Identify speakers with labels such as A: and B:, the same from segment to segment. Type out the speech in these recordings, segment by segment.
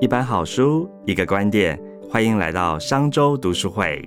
A: 一本好书，一个观点，欢迎来到商周读书会。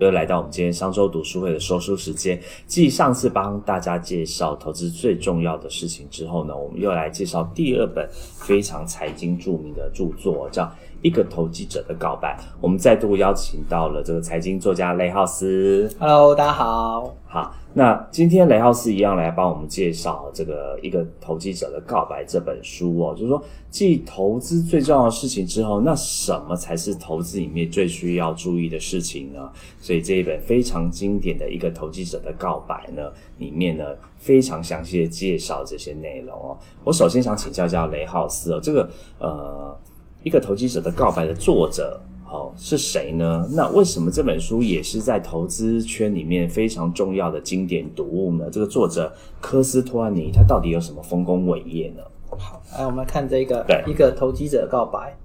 B: 又来到我们今天商周读书会的收书时间。继上次帮大家介绍投资最重要的事情之后呢，我们又来介绍第二本非常财经著名的著作，叫《一个投机者的告白》。我们再度邀请到了这个财经作家雷浩斯。
C: Hello，大家好。
B: 好，啊那今天雷浩斯一样来帮我们介绍这个《一个投机者的告白》这本书哦，就是说，继投资最重要的事情之后，那什么才是投资里面最需要注意的事情呢？所以这一本非常经典的一个投机者的告白呢，里面呢非常详细的介绍这些内容哦。我首先想请教一下雷浩斯哦，这个呃，一个投机者的告白的作者哦是谁呢？那为什么这本书也是在投资圈里面非常重要的经典读物呢？这个作者科斯托安尼他到底有什么丰功伟业呢？
C: 好，来我们来看这个
B: 对
C: 一个投机者的告白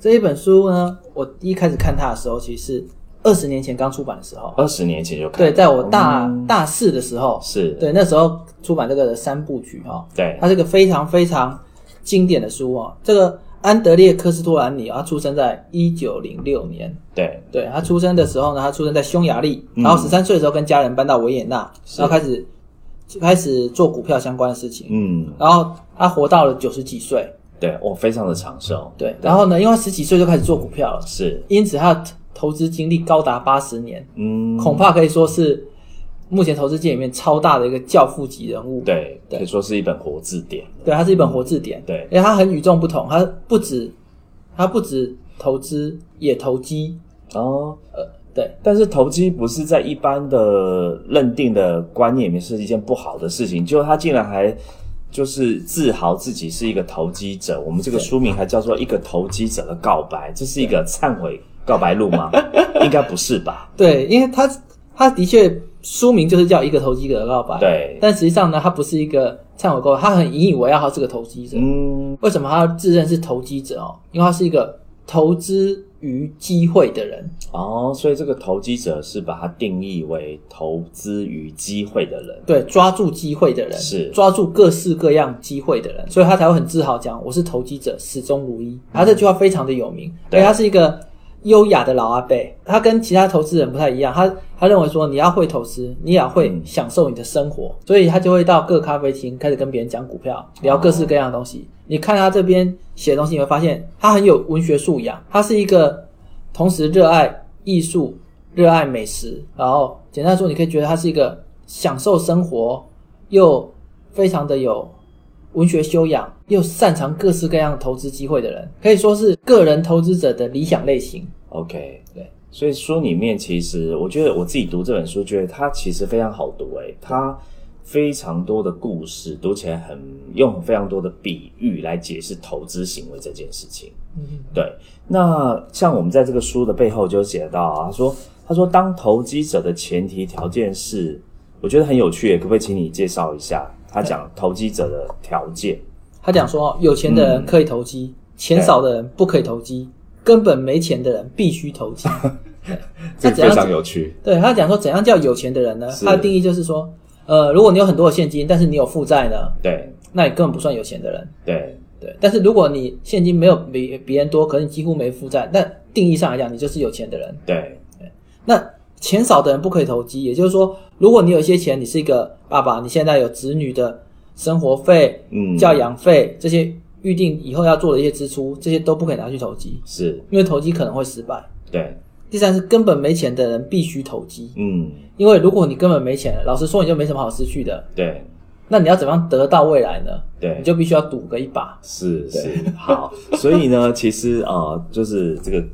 C: 这一本书呢，我一开始看它的时候，其实是二十年前刚出版的时候。
B: 二十年前就看
C: 对，在我大、
B: 嗯
C: 大四的时候，
B: 是
C: 对那时候出版这个的三部曲哈、哦，
B: 对
C: 它是个非常非常经典的书哦。这个安德烈科斯托兰尼啊，他出生在一九零六年，
B: 对
C: 对他出生的时候呢，他出生在匈牙利，
B: 嗯
C: 然后十三岁的时候跟家人搬到维也纳，
B: 是
C: 然后开始开始做股票相关的事情，
B: 嗯
C: 然后他活到了九十几岁，
B: 对，我、非常的长寿
C: 对，然后呢，因为他十几岁就开始做股票了，
B: 是
C: 因此他的投资经历高达八十年，
B: 嗯
C: 恐怕可以说是目前投资界里面超大的一个教父级人物。
B: 对
C: 对
B: 可以说是一本活字典
C: 对，它是一本活字典，
B: 对
C: 因为它很与众不同，它不止它不止投资，也投机，
B: 哦。
C: 对，
B: 但是投机不是在一般的认定的观念里面是一件不好的事情，结果他竟然还就是自豪自己是一个投机者。我们这个书名还叫做《一个投机者的告白》，这是一个忏悔告白录 吗？应该不是吧？
C: 对，因为它它的确书名就是叫一个投机者的告白，，
B: 对，
C: 但实际上呢，它不是一个忏悔告白，他很引以为傲，他是个投机者，
B: 嗯，
C: 为什么他自认是投机者哦？因为他是一个投资于机会的人，
B: 哦，所以这个投机者是把它定义为投资与机会的人。
C: 对，抓住机会的人，
B: 是
C: 抓住各式各样机会的人，所以他才会很自豪讲我是投机者，始终如一。他这句话非常的有名，
B: 对
C: 而且他是一个优雅的老阿伯，他跟其他投资人不太一样，他他认为说你要会投资，你也要会
B: 嗯
C: 享受你的生活，所以他就会到各咖啡厅开始跟别人讲股票，聊各式各样的东西。你看他这边写的东西，你会发现他很有文学素养，他是一个同时热爱艺术、热爱美食，然后简单说，你可以觉得他是一个享受生活，又非常的有文学修养，又擅长各式各样投资机会的人，可以说是个人投资者的理想类型。
B: OK，
C: 对，
B: 所以书里面其实我觉得我自己读这本书，觉得它其实非常好读、诶，它非常多的故事，读起来很用非常多的比喻来解释投资行为这件事情。
C: 嗯，
B: 对，那像我们在这个书的背后就写到啊，他说他说当投机者的前提条件是，我觉得很有趣欸耶，可不可以请你介绍一下他讲投机者的条件？
C: 他讲说，哦有钱的人
B: 嗯
C: 可以投机，钱少的人不可以投机，根本没钱的人必须投机。
B: 这
C: 那
B: 个
C: 怎样
B: 非常有趣。
C: 对他讲说，怎样叫有钱的人呢？
B: 是
C: 他的定义就是说，呃，如果你有很多的现金，但是你有负债呢，
B: 对
C: 那你根本不算有钱的人。
B: 对，
C: 对，但是如果你现金没有比别人多，可是你几乎没负债，那定义上来讲，你就是有钱的人。
B: 对，
C: 那钱少的人不可以投机，也就是说，如果你有一些钱，你是一个爸爸，你现在有子女的生活费、
B: 嗯，
C: 教养费这些预定以后要做的一些支出，这些都不可以拿去投机，
B: 是，
C: 因为投机可能会失败。
B: 对，
C: 第三是根本没钱的人必须投机，
B: 嗯，
C: 因为如果你根本没钱了，老实说你就没什么好失去的。
B: 对。
C: 那你要怎么样得到未来呢？
B: 对
C: 你，就必须要赌个一把。
B: 是
C: 对
B: 是好，所以呢， 其实呃，就是这个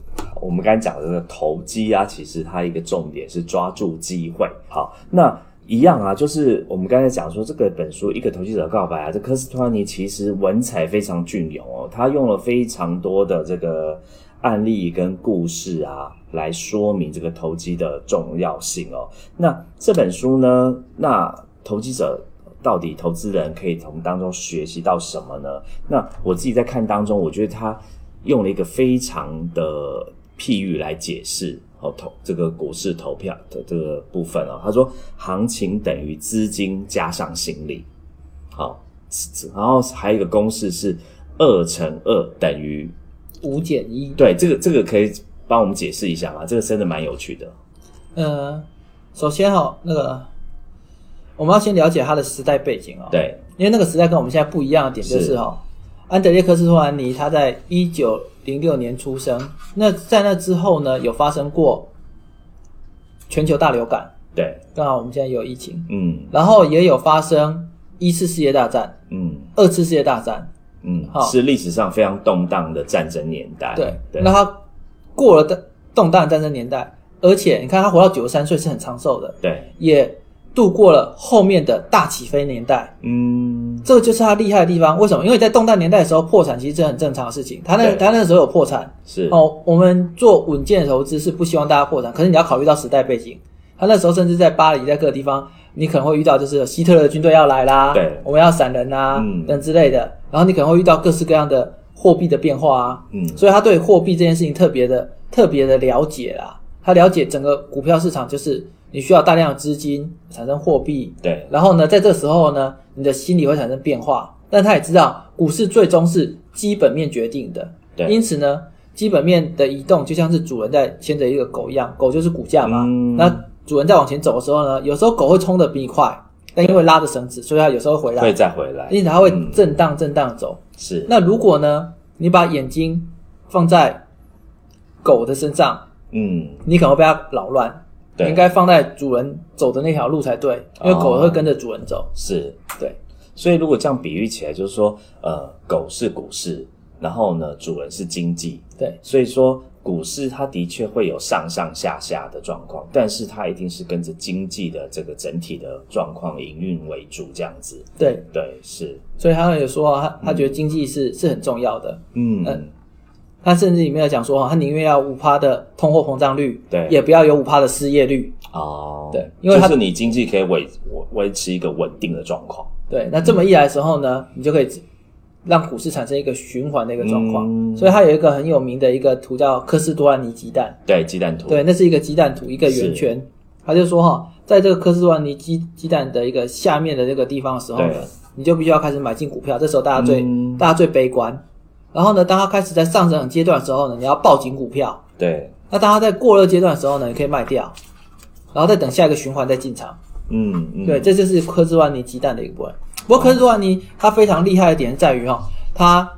B: 我们刚才讲的这个投机啊，其实它一个重点是抓住机会。好，那一样啊，就是我们刚才讲说这个本书《一个投机者的告白》啊，这科斯托尼其实文采非常隽永哦，他用了非常多的这个案例跟故事啊。来说明这个投机的重要性哦。那这本书呢？那投机者到底投资人可以从当中学习到什么呢？那我自己在看当中，我觉得他用了一个非常的譬喻来解释哦投这个股市投票的啊这个部分哦，他说行情等于资金加上心理。好、然后还有一个公式是二乘二等于
C: 五减一，
B: 对，这个这个可以帮我们解释一下吗？这个真的蛮有趣的。
C: 呃，首先哈、那个我们要先了解它的时代背景哦。，
B: 对，
C: 因为那个时代跟我们现在不一样的点就是
B: 是
C: 哈、安德烈克斯托兰尼他在一九零六年出生，那在那之后呢，有发生过全球大流感，
B: 对，
C: 刚好我们现在有疫情，
B: 嗯
C: 然后也有发生一次世界大战、
B: 嗯
C: 二次世界大战，
B: 嗯
C: 好，
B: 是历史上非常动荡的战争年代。
C: 对，
B: 对
C: 那他过了的动荡的战争年代，而且你看他活到九十三岁是很长寿的，
B: 对，
C: 也度过了后面的大起飞年代，
B: 嗯
C: 这就是他厉害的地方。为什么？因为在动荡年代的时候，破产其实是很正常的事情。他那
B: 对
C: 他那时候有破产
B: 是
C: 哦，我们做稳健的投资是不希望大家破产，可是你要考虑到时代背景。他那时候甚至在巴黎，在各个地方，你可能会遇到就是有希特勒的军队要来啦，
B: 对
C: 我们要闪人啊、
B: 嗯
C: 等之类的，然后你可能会遇到各式各样的货币的变化啊，
B: 嗯
C: 所以他对货币这件事情特别的特别的了解啦。他了解整个股票市场，就是你需要大量的资金产生货币，
B: 对
C: 然后呢，在这时候呢，你的心理会产生变化。但他也知道，股市最终是基本面决定的，
B: 对
C: 因此呢，基本面的移动就像是主人在牵着一个狗一样，狗就是股价嘛。
B: 嗯
C: 那主人在往前走的时候呢，有时候狗会冲得比你快，但因为拉着绳子，所以它有时候会回
B: 会
C: 来，
B: 再回来，
C: 因此它会
B: 嗯
C: 震荡震荡走。
B: 是
C: 那如果呢，你把眼睛放在狗的身上，
B: 嗯
C: 你可能会被它扰乱。
B: 对
C: 你应该放在主人走的那条路才对，因为
B: 哦
C: 狗会跟着主人走。
B: 是，
C: 对，
B: 所以如果这样比喻起来，就是说，呃，狗是股市，然后呢，主人是经济，
C: 对，
B: 所以说股市它的确会有上上下下的状况，但是它一定是跟着经济的这个整体的状况营运为主，这样子。
C: 对，
B: 对，是，
C: 所以他有说啊，他他觉得经济是、是很重要的。
B: 嗯，
C: 呃他甚至里面有讲说啊，他宁愿要五趴的通货膨胀率，
B: 对
C: 也不要有五趴的失业率。
B: 哦，
C: 对因为它
B: 就是你经济可以维维维持一个稳定的状况，
C: 对，那这么一来的时候呢，
B: 嗯
C: 你就可以让股市产生一个循环的一个状况。
B: 嗯
C: 所以它有一个很有名的一个图叫科斯多兰尼鸡蛋，
B: 对，鸡蛋图，
C: 对，，那是一个鸡蛋图，一个圆圈。他就说哈，在这个科斯多兰尼鸡鸡蛋的一个下面的这个地方的时候呢
B: 对，
C: 你就必须要开始买进股票。这时候大家最、
B: 嗯
C: 大家最悲观。然后呢，当它开始在上升阶段的时候呢，你要抱紧股票。
B: 对，
C: 那当它在过热阶段的时候呢，你可以卖掉，然后再等下一个循环再进场。
B: 嗯嗯，
C: 对，，这就是科兹万尼鸡蛋的一个部分。不过科兹万尼他非常厉害的点在于哈、哦，他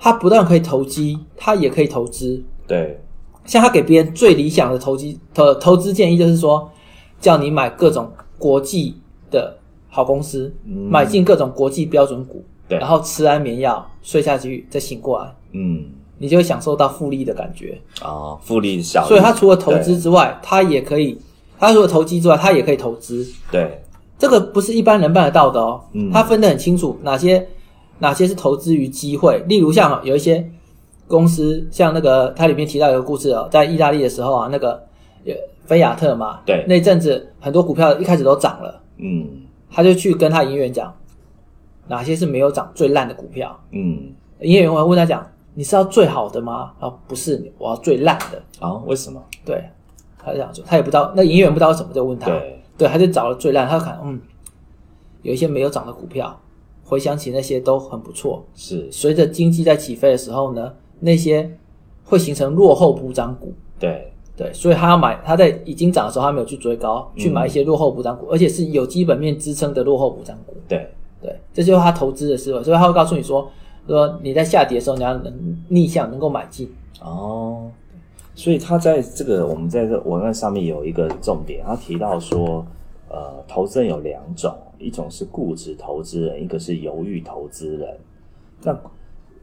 C: 他不但可以投机，他也可以投资。
B: 对，
C: 像他给别人最理想的投机投投资建议就是说，叫你买各种国际的好公司，
B: 嗯
C: 买进各种国际标准股，
B: 对
C: 然后吃安眠药睡下去再醒过来，
B: 嗯，
C: 你就会享受到复利的感觉。
B: 哦，复利效应，
C: 所以他除了投资之外，他也可以，他除了投机之外，他也可以投资。
B: 对，
C: 这个不是一般人办得到的哦。
B: 嗯
C: 他分得很清楚哪些哪些是投资于机会，例如像有一些公司，像那个它里面提到一个故事哦，在意大利的时候啊，那个呃菲亚特嘛，
B: 对
C: 那一阵子很多股票一开始都涨了，
B: 对嗯
C: 他就去跟他营业员讲哪些是没有涨最烂的股票，
B: 嗯，
C: 营业员会问他讲你是要最好的吗？啊，不是，我要最烂的，
B: 好、为什么？
C: 对。他就这样说，他也不知道，那营业员不知道为什么，就问他，
B: 对，
C: 对，他就找了最烂，他就看，嗯，有一些没有涨的股票，回想起那些都很不错。
B: 是，
C: 随着经济在起飞的时候呢，那些会形成落后补涨股，
B: 对，
C: 对，所以他要买，他在已经涨的时候，他没有去追高，去买一些落后补涨股，而且是有基本面支撑的落后补涨股。
B: 对，
C: 对，这就是他投资的思维，所以他会告诉你说，说你在下跌的时候，你要能逆向能够买进。
B: 哦，所以他在这个我们在这文案上面有一个重点，他提到说，呃，投资人有两种，一种是固执投资人，一个是犹豫投资人。那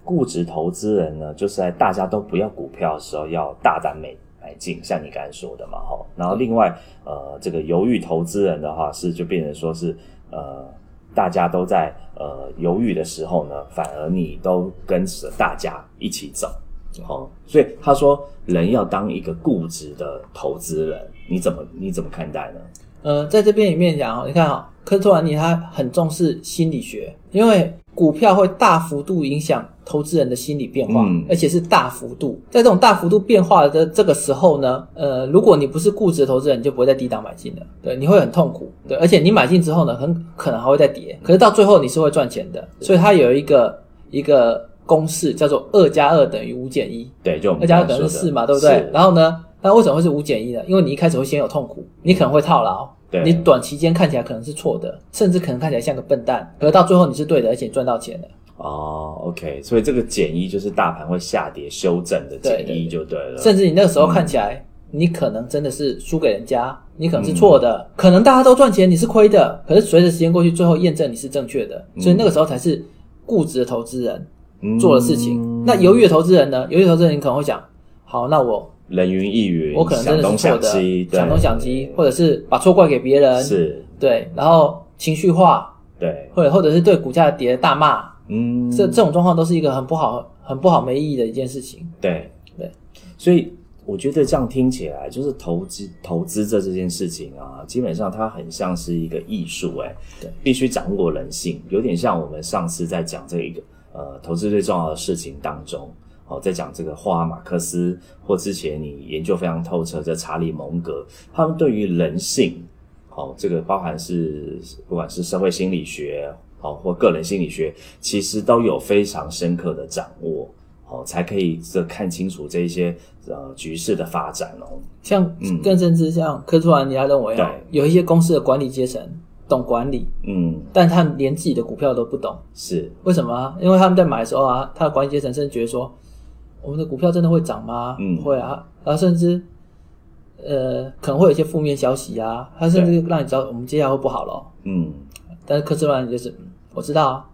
B: 固执投资人呢，就是在大家都不要股票的时候，要大胆买买进，像你刚才说的嘛，哈。然后另外，呃，这个犹豫投资人的话，是就变成说是，呃，大家都在呃犹豫的时候呢，反而你都跟着大家一起走，哦。所以他说，人要当一个固执的投资人，你怎么你怎么看待呢？
C: 呃，在这边里面讲哦，你看哈、科特兰尼他很重视心理学，因为股票会大幅度影响投资人的心理变化，
B: 嗯
C: 而且是大幅度。在这种大幅度变化的这个时候呢，呃，如果你不是固执的投资人，你就不会在低档买进的，对，你会很痛苦，对，而且你买进之后呢，很可能还会再跌，可是到最后你是会赚钱的，所以它有一个一个公式叫做二加二等于五减一，
B: 对，就我们
C: 二加二
B: 刚才
C: 等于
B: 说的
C: 四嘛，对不对
B: 是？
C: 然后呢，那为什么会是五减一呢？因为你一开始会先有痛苦，你可能会套牢，
B: 对
C: 你短期间看起来可能是错的，甚至可能看起来像个笨蛋，可是到最后你是对的，而且你赚到钱了。
B: 哦，OK，所以这个减一就是大盘会下跌修正的减一就对了，
C: 甚至你那个时候看起来，你可能真的是输给人家，你可能是错的，可能大家都赚钱，你是亏的。可是随着时间过去，最后验证你是正确的，所以那个时候才是固执的投资人
B: 嗯
C: 做的事情。那犹豫的投资人呢？犹豫的投资人，你可能会想，好，那我
B: 人云亦云，
C: 我可能真
B: 想
C: 的是
B: 东
C: 错
B: 想
C: 的
B: 西，，对
C: 想东想西，或者是把错怪给别人，
B: 是，
C: 对，然后情绪化，
B: 对，
C: 或者或者是对股价跌大骂，
B: 嗯，
C: 这这种状况都是一个很不好、很不好、没意义的一件事情。
B: 对
C: 对，
B: 所以我觉得这样听起来，就是投资投资这这件事情啊，基本上它很像是一个艺术、哎，
C: 对，
B: 必须掌握人性，有点像我们上次在讲这一个呃投资最重要的事情当中。哦，在讲这个霍华马克思，或之前你研究非常透彻的查理蒙格，他们对于人性好、这个包含是不管是社会心理学，好、或个人心理学，其实都有非常深刻的掌握，好、才可以这看清楚这一些呃局势的发展哦。
C: 像
B: 嗯
C: 更甚至像科图兰尼，他认为啊
B: 对，
C: 有一些公司的管理阶层懂管理，
B: 嗯，
C: 但他连自己的股票都不懂。
B: 是，
C: 为什么啊？因为他们在买的时候啊，他的管理阶层甚至觉得说，我们的股票真的会涨吗？
B: 嗯
C: 不会啊。然后甚至，呃，可能会有一些负面消息啊，他甚至让你知道我们接下来会不好咯。
B: 嗯
C: 但是科斯兰就是嗯我知道啊，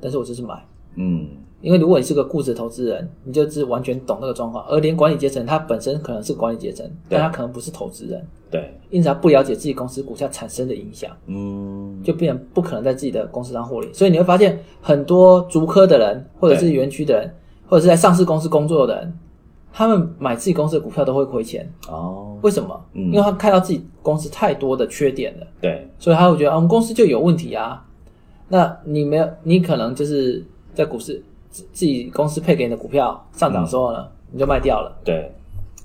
C: 但是我就是买，
B: 嗯，
C: 因为如果你是个固执投资人，你就是完全懂那个状况，而连管理阶层他本身可能是管理阶层，
B: 对
C: 但他可能不是投资人，
B: 对，
C: 因此他不了解自己公司股价产生的影响，
B: 嗯，
C: 就变成不可能在自己的公司上获利。所以你会发现很多竹科的人，或者是
B: 对
C: 园区的人，或者是在上市公司工作的人，他们买自己公司的股票都会亏钱，
B: 哦，
C: 为什么？
B: 嗯
C: 因为他看到自己公司太多的缺点了。
B: 对，
C: 所以他会觉得啊，我们公司就有问题啊。那你没有，你可能就是在股市自自己公司配给你的股票上涨之后呢，你就卖掉了，
B: 对，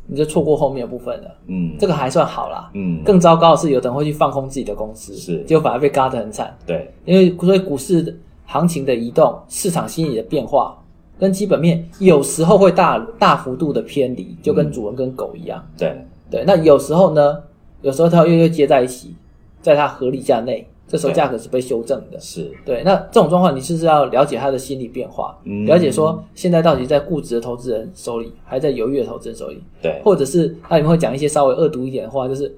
C: 你就错过后面的部分了。
B: 嗯，
C: 这个还算好啦。
B: 嗯，
C: 更糟糕的是，有的人会去放空自己的公司，
B: 是
C: 结果反而被嘎得很惨。
B: 对，
C: 因为所以股市行情的移动、市场心理的变化跟基本面有时候会大大幅度的偏离，就跟主人跟狗一样。
B: 对，
C: 对，那有时候呢，有时候它又又接在一起，在它合理价内，这时候
B: 对
C: 价格是被修正的。
B: 是，
C: 对，那这种状况，你就是要了解他的心理变化，
B: 嗯
C: 了解说现在到底在固执的投资人手里，还在犹豫的投资人手里，
B: 对，
C: 或者是它里面会讲一些稍微恶毒一点的话，就是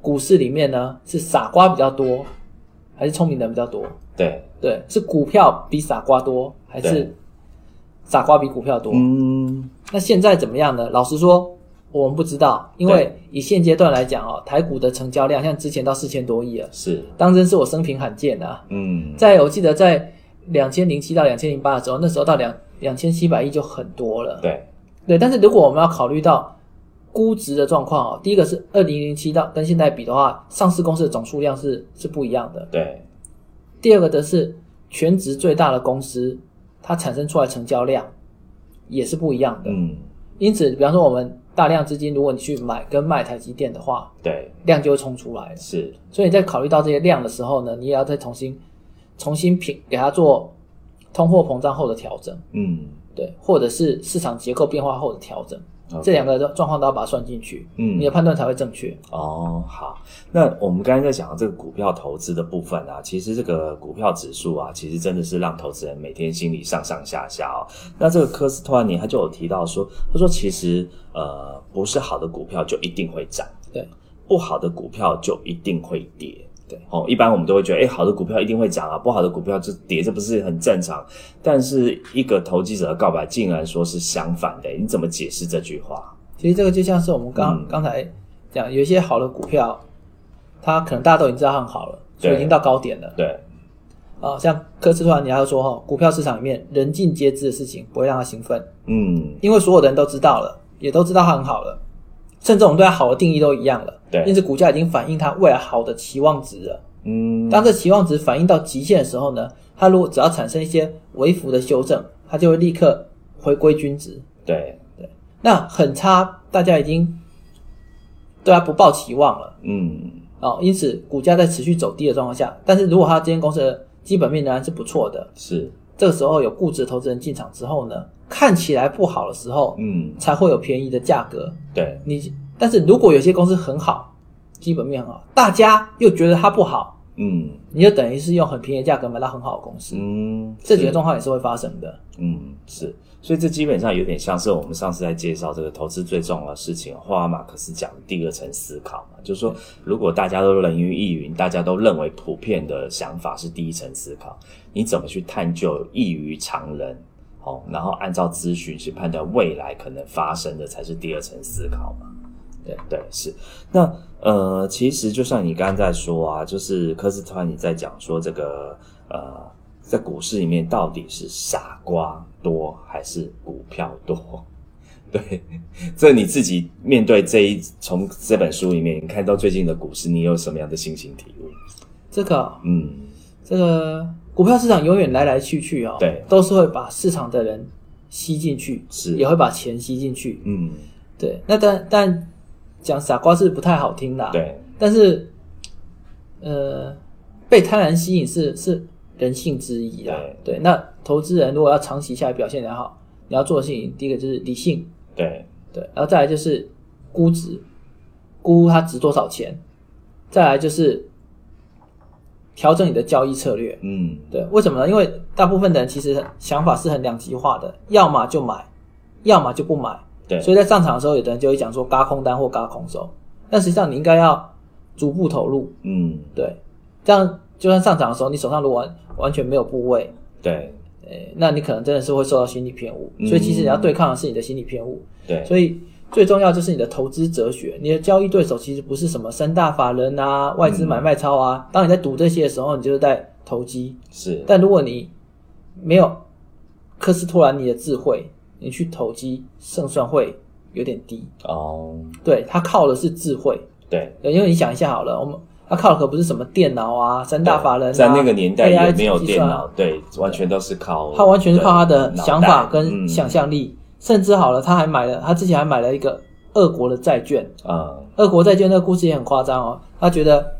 C: 股市里面呢是傻瓜比较多，还是聪明人比较多？
B: 对，
C: 对，是股票比傻瓜多，还
B: 对
C: 是傻瓜比股票多？
B: 嗯，
C: 那现在怎么样呢？老实说，我们不知道，因为以现阶段来讲哦，台股的成交量像之前到四千多亿了，
B: 是，
C: 当真是我生平罕见啊。
B: 嗯，
C: 在我记得在两千零七到两千零八的时候，那时候到两两千七百亿就很多了。
B: 对，
C: 对，但是如果我们要考虑到估值的状况哦，第一个是二零零七到跟现在比的话，上市公司的总数量是是不一样的。
B: 对，
C: 第二个的是全职最大的公司，它产生出来成交量也是不一样的。
B: 嗯，
C: 因此，比方说我们大量资金，如果你去买跟卖台积电的话，
B: 对，
C: 量就会冲出来了。
B: 是，
C: 所以你在考虑到这些量的时候呢，你也要再重新重新评给它做通货膨胀后的调整，
B: 嗯，
C: 对，或者是市场结构变化后的调整
B: OK
C: 这两个状况都要把它算进去，
B: 嗯
C: 你的判断才会正确。
B: 哦，好，那我们刚才在讲到这个股票投资的部分啊，其实这个股票指数啊，其实真的是让投资人每天心里上上下下哦。那这个科斯托尼他就有提到说，他说其实呃，不是好的股票就一定会涨，
C: 对，
B: 不好的股票就一定会跌。
C: 对，
B: 哦，一般我们都会觉得，哎、好的股票一定会涨啊，不好的股票就跌，这不是很正常？但是一个投机者的告白竟然说是相反的，你怎么解释这句话？
C: 其实这个就像是我们刚、
B: 嗯
C: 刚才讲，有一些好的股票，它可能大家都已经知道它很好了，所以
B: 对
C: 已经到高点了。
B: 对，
C: 啊，像科斯托兰尼他说哈，股票市场里面人尽皆知的事情不会让他兴奋，
B: 嗯，
C: 因为所有的人都知道了，也都知道它很好了，甚至我们对它好的定义都一样了。
B: 对
C: 因此股价已经反映它未来好的期望值了。
B: 嗯，
C: 当这期望值反映到极限的时候呢，它如果只要产生一些微幅的修正，它就会立刻回归均值。
B: 对，
C: 那很差，大家已经对它不抱期望了
B: 嗯
C: 哦，因此股价在持续走低的状况下，但是如果它这间公司的基本面仍然是不错的，
B: 是，
C: 这个时候有固执的投资人进场之后呢，看起来不好的时候，
B: 嗯
C: 才会有便宜的价格。
B: 对，
C: 你但是如果有些公司很好，基本面很好，大家又觉得它不好，
B: 嗯
C: 你就等于是用很便宜的价格买到很好的公司，
B: 嗯，
C: 这几个
B: 是
C: 状况也是会发生的。
B: 嗯，是，所以这基本上有点像是我们上次在介绍这个投资最重要的事情，霍华马克思讲的第二层思考嘛，就是说，如果大家都人云亦云，大家都认为普遍的想法是第一层思考，你怎么去探究异于常人？哦，然后按照咨询去判断未来可能发生的才是第二层思考嘛。
C: 对
B: 对是，那呃，其实就像你刚刚在说啊，就是科斯特你在讲说这个呃，在股市里面到底是傻瓜多还是股票多？ 对，这你自己面对这一从这本书里面，你看到最近的股市，你有什么样的心情体悟？
C: 这个哦
B: 嗯，
C: 这个股票市场永远来来去去哦，
B: 对
C: 都是会把市场的人吸进去，
B: 是
C: 也会把钱吸进去。
B: 嗯，
C: 对，那但但讲傻瓜是不太好听啊啦，，
B: 对，
C: 但是呃，被贪婪吸引是是人性之一啦。对，那投资人如果要长期下来表现良好，你要做的事情，第一个就是理性，
B: 对，
C: 对，然后再来就是估值，估它值多少钱，再来就是调整你的交易策略。
B: 嗯，
C: 对，为什么呢？因为大部分的人其实想法是很两极化的，要么就买，要么就不买。
B: 对，
C: 所以在上场的时候，有的人就会讲说嘎空单或嘎空手，但实际上你应该要逐步投入，
B: 嗯，
C: 对，这样就算上场的时候，你手上如果完完全没有部位，
B: 对，
C: 诶，那你可能真的是会受到心理偏误。
B: 嗯
C: 所以其实你要对抗的是你的心理偏误。
B: 对，
C: 所以最重要就是你的投资哲学，你的交易对手其实不是什么三大法人啊、外资买卖超啊。当你在赌这些的时候，你就是在投机。
B: 是，
C: 但如果你没有科斯托兰尼的智慧，你去投机胜算会有点低。
B: 哦，
C: 对，它靠的是智慧。
B: 对，
C: 对，因为你想一下好了，我们它靠的可不是什么电脑啊、三大法人、啊，
B: 在那个年代
C: AI
B: 也没有
C: 计
B: 电
C: 算啊
B: 脑，对，完全都是靠
C: 他完全是靠他的
B: 对
C: 想法
B: 脑袋
C: 跟
B: 嗯
C: 想象力，甚至好了，他还买了，他之前还买了一个俄国的债券，
B: 嗯
C: 俄国债券那个故事也很夸张哦，他觉得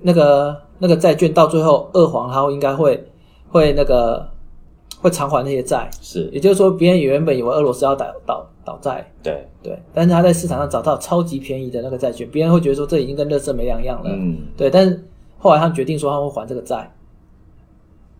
C: 那个那个债券到最后，俄皇他应该会会那个会偿还那些债，
B: 是
C: 也就是说，别人原本以为俄罗斯要倒倒倒债。
B: 对，
C: 对，但是他在市场上找到超级便宜的那个债券，别人会觉得说这已经跟乐色没两样了。
B: 嗯
C: 对，但是后来他们决定说他们会还这个债，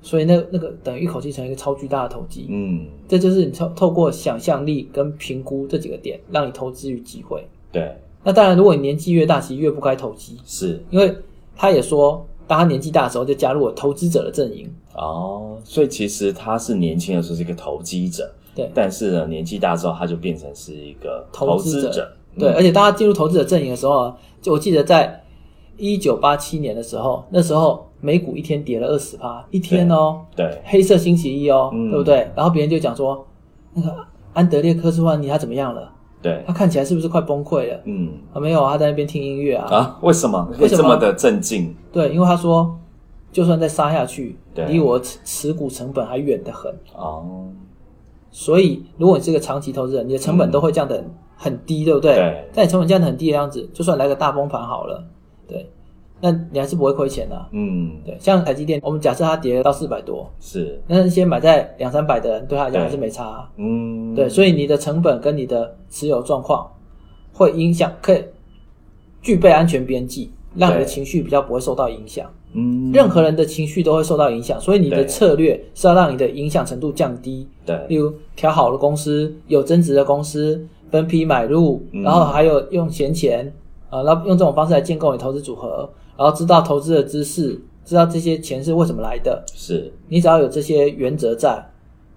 C: 所以那那个等于一口气成一个超巨大的投机。
B: 嗯
C: 这就是你透透过想象力跟评估这几个点，让你投资与机会。
B: 对
C: 那当然，如果你年纪越大，其实越不该投机，
B: 是
C: 因为他也说，当他年纪大的时候，就加入了投资者的阵营。
B: 哦，所以其实他是年轻的时候是一个投机者，
C: 对
B: 但是呢年纪大之后他就变成是一个
C: 投资
B: 资
C: 者
B: 者，
C: 对，
B: 嗯
C: 而且当他进入投资者阵营的时候啊，就我记得在一九八七年的时候，那时候美股一天跌了二十趴，一天哦，
B: 对
C: 黑色星期一哦，
B: 嗯
C: 对不对？然后别人就讲说，那个安德烈科斯万尼他怎么样了？
B: 对
C: 他看起来是不是快崩溃了？
B: 嗯
C: 啊，没有啊，他在那边听音乐啊。
B: 啊，为什么
C: 为
B: 会
C: 什么
B: 这么的镇静？
C: 对，因为他说，就算再杀下去，
B: 对
C: 离我持持股成本还远得很。
B: 哦，
C: 所以，如果你是个长期投资人，你的成本都会降得很,、很低，对不对？
B: 嗯对
C: 但你成本降得很低的样子，就算来个大崩盘好了，对，那你还是不会亏钱的啊、
B: 嗯
C: 对，像台积电，我们假设它跌到四百多，
B: 是
C: 那那些买在两三百的人，对他来讲
B: 对
C: 还是没差啊、
B: 嗯
C: 对，所以你的成本跟你的持有状况会影响，可以具备安全边际，让你的
B: 对
C: 情绪比较不会受到影响。
B: 嗯
C: 任何人的情绪都会受到影响，所以你的
B: 对
C: 策略是要让你的影响程度降低。例
B: 对
C: 如调好的公司、有增值的公司分批买入，
B: 嗯
C: 然后还有用闲钱啊，然后用这种方式来建构你投资组合，然后知道投资的知识，知道这些钱是为什么来的。
B: 是
C: 你只要有这些原则在，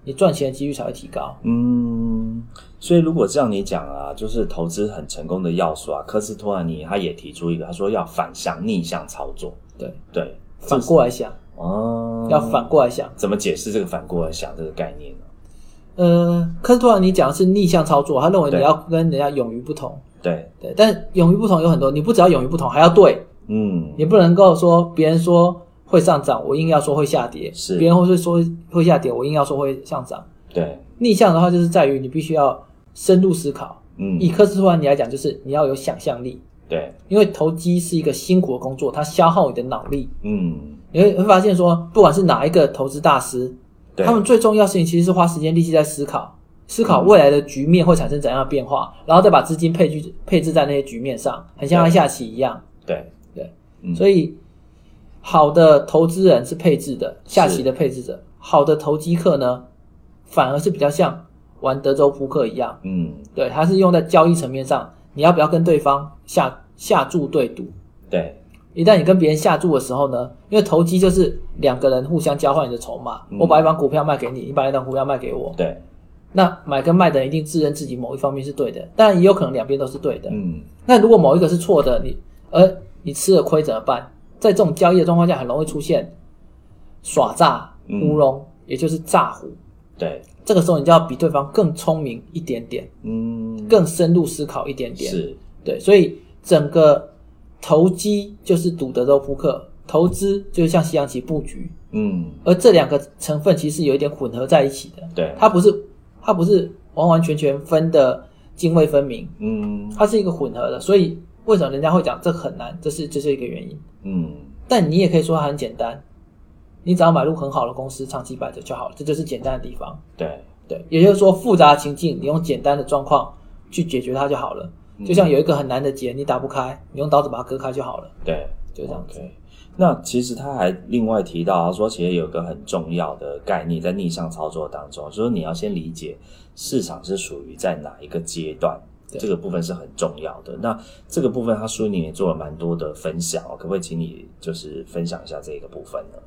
C: 你赚钱的几率才会提高。
B: 嗯，所以如果这样你讲啊，就是投资很成功的要素啊，科斯托兰尼他也提出一个，他说要反向逆向操作，
C: 对，
B: 对，
C: 反过来想，
B: 哦，
C: 要反过来想。
B: 怎么解释这个反过来想这个概念呢？
C: 呃，科斯托兰尼讲的是逆向操作，他认为
B: 对
C: 你要跟人家勇于不同。
B: 对
C: 对，但勇于不同有很多，你不只要勇于不同，还要对。
B: 嗯，
C: 你不能够说别人说会上涨，我硬要说会下跌；
B: 是
C: 别人会说会下跌，我硬要说会上涨。
B: 对，
C: 逆向的话，就是在于你必须要深入思考。
B: 嗯，
C: 以科斯托兰尼来讲，就是你要有想象力，
B: 对，
C: 因为投机是一个辛苦的工作，它消耗你的脑力。
B: 嗯，
C: 你会会发现说，不管是哪一个投资大师，
B: 对，嗯
C: 他们最重要的事情其实是花时间力气在思考，思考未来的局面会产生怎样的变化，然后再把资金配置配置在那些局面上，很像
B: 对
C: 下棋一样。
B: 对，嗯
C: 所以，好的投资人是配置的，下棋的配置者；好的投机客呢，反而是比较像玩德州扑克一样，
B: 嗯，
C: 对，它是用在交易层面上，你要不要跟对方下下注对赌？
B: 对，
C: 一旦你跟别人下注的时候呢，因为投机就是两个人互相交换你的筹码，
B: 嗯
C: 我把一张股票卖给你，你把那张股票卖给我，
B: 对，
C: 那买跟卖的人一定自认自己某一方面是对的，但也有可能两边都是对的。
B: 嗯，
C: 那如果某一个是错的，你而你吃了亏怎么办？在这种交易的状况下，很容易出现耍诈、
B: 嗯
C: 乌龙，也就是诈唬。
B: 对，
C: 这个时候你就要比对方更聪明一点点，
B: 嗯，
C: 更深入思考一点点。
B: 是，
C: 对，所以整个投机就是赌德州扑克，投资就是像西洋棋布局，
B: 嗯，
C: 而这两个成分其实有一点混合在一起的，
B: 对，
C: 它不是它不是完完全全分的泾渭分明，
B: 嗯，
C: 它是一个混合的，所以为什么人家会讲这很难，这是这是一个原因。
B: 嗯，
C: 但你也可以说它很简单，你只要买入很好的公司，长期摆着就好了，这就是简单的地方。
B: 对，
C: 对，也就是说复杂的情境，你用简单的状况去解决它就好了。
B: 嗯
C: 就像有一个很难的结，你打不开，你用刀子把它割开就好了，
B: 对，
C: 就这样子。
B: OK，那其实他还另外提到，他说其实有个很重要的概念在逆向操作当中，就是说你要先理解市场是属于在哪一个阶段。
C: 对
B: 这个部分是很重要的。那这个部分，他书里面也做了蛮多的分享哦，可不可以请你就是分享一下这个部分呢？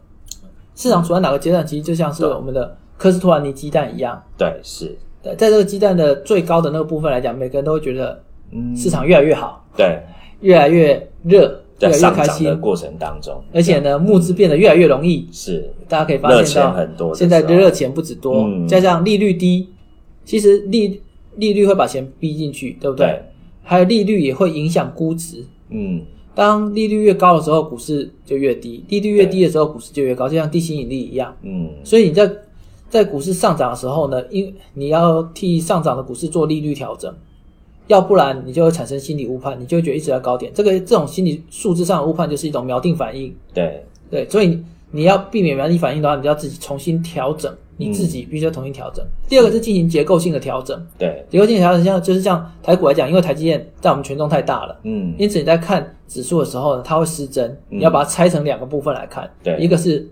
C: 市场处在哪个阶段，其实就像是
B: 对
C: 我们的科斯托兰尼鸡蛋一样。
B: 对，是，
C: 对，在这个鸡蛋的最高的那个部分来讲，每个人都会觉得
B: 嗯，
C: 市场越来越好，
B: 对，
C: 越来越热，
B: 在
C: 越来越
B: 上
C: 开
B: 涨的
C: 心，
B: 过程当中，
C: 而且呢，募资变得越来越容易。
B: 是
C: 大家可以发
B: 热钱
C: 现到，
B: 很多的时
C: 现
B: 候，
C: 在的热钱不止多，
B: 嗯
C: 加上利率低，其实利利率会把钱逼进去，对不对？
B: 对，
C: 还有利率也会影响估值。
B: 嗯，
C: 当利率越高的时候，股市就越低；利率越低的时候，股市就越高，就像地心引力一样。
B: 嗯，
C: 所以你在在股市上涨的时候呢，因你要替上涨的股市做利率调整，要不然你就会产生心理误判，你就会觉得一直在高点。这个这种心理数字上的误判就是一种锚定反应，
B: 对，
C: 对。所以你要避免锚定反应的话，你就要自己重新调整，你
B: 嗯
C: 自己必须要重新调整。第二个是进行结构性的调整，
B: 对，
C: 结构性的调整像就是像台股来讲，因为台积电在我们权重太大了。
B: 嗯，
C: 因此你在看指数的时候呢，它会失真，你要把它拆成两个部分来看，
B: 对
C: 一个是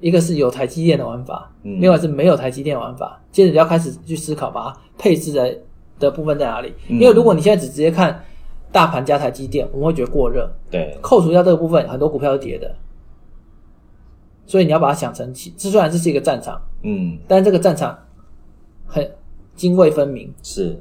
C: 一个是有台积电的玩法，
B: 嗯
C: 另外是没有台积电的玩法。接着你要开始去思考把它配置的的部分在哪里，
B: 嗯
C: 因为如果你现在只直接看大盘加台积电，我们会觉得过热，
B: 对，
C: 扣除掉这个部分，很多股票是跌的。所以你要把它想成其，这虽然这是一个战场，
B: 嗯，
C: 但这个战场很泾渭分明。
B: 是，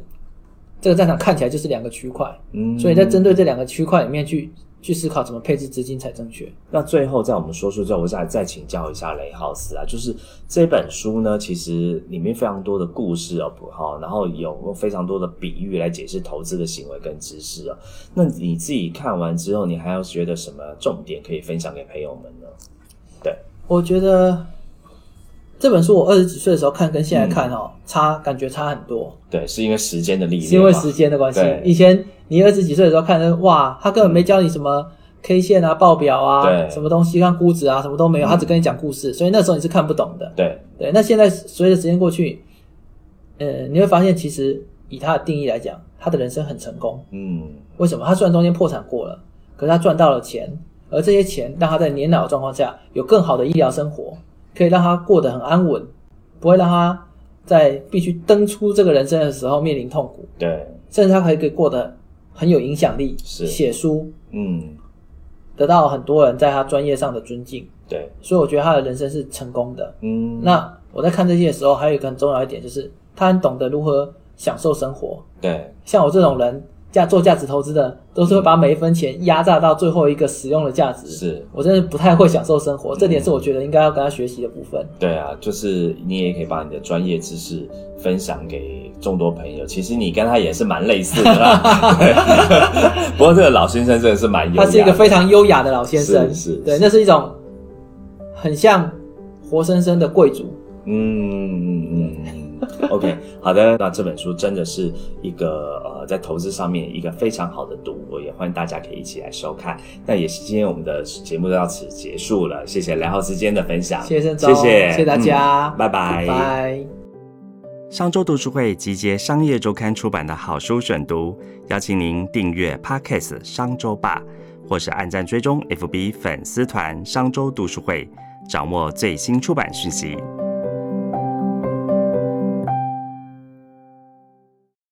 C: 这个战场看起来就是两个区块，
B: 嗯，
C: 所以在针对这两个区块里面去去思考怎么配置资金才正确。
B: 那最后，在我们说书之后，我想再请教一下雷浩斯啊，就是这本书呢，其实里面非常多的故事哦，不好，然后有非常多的比喻来解释投资的行为跟知识哦。那你自己看完之后，你还要觉得什么重点可以分享给朋友们呢？对，
C: 我觉得这本书我二十几岁的时候看跟现在看哦，差感觉差很多，
B: 对，是因为时间的历练吗，
C: 是因为时间的关系
B: 对。
C: 以前你二十几岁的时候看的，哇，他根本没教你什么 K 线啊、报表啊、
B: 嗯对嗯
C: 什么东西、看估值啊，什么都没有，他只跟你讲故事，所以那时候你是看不懂的。
B: 对，
C: 对，那现在随着时间过去，呃，你会发现其实以他的定义来讲，他的人生很成功。
B: 嗯，
C: 为什么？他虽然中间破产过了，可是他赚到了钱，而这些钱让他在年老的状况下有更好的医疗生活，可以让他过得很安稳，不会让他在必须登出这个人生的时候面临痛苦，
B: 对，
C: 甚至他还可以过得很有影响力，
B: 是
C: 写书
B: 嗯，
C: 得到很多人在他专业上的尊敬，
B: 对，
C: 所以我觉得他的人生是成功的。
B: 嗯，
C: 那我在看这些的时候，还有一个很重要一点就是，他很懂得如何享受生活，
B: 对，
C: 像我这种人，价做价值投资的，都是会把每一分钱压榨到最后一个使用的价值。
B: 是嗯
C: 我真的不太会享受生活，这点是我觉得应该要跟他学习的部分。
B: 对啊，就是你也可以把你的专业知识分享给众多朋友。其实你跟他也是蛮类似的啦。 对不过这个老先生真的是蛮优雅
C: 他
B: 的，
C: 是一个非常优雅的老先生，
B: 是是
C: 对，
B: 是
C: 那是一种很像活生生的贵族。
B: 嗯嗯嗯嗯，OK，好的，那这本书真的是一个呃，在投资上面一个非常好的读物，也欢迎大家可以一起来收看。那也是今天我们的节目到此结束了，谢谢梁浩之间的分享，
C: 谢谢郑总，
B: 谢谢，
C: 谢谢大家
B: 嗯，拜拜，
C: 拜。
A: 商周读书会集结《商业周刊》出版的好书选读，邀请您订阅 Podcast《商周吧》，或是按赞追踪 FB 粉丝团“商周读书会”，掌握最新出版讯息。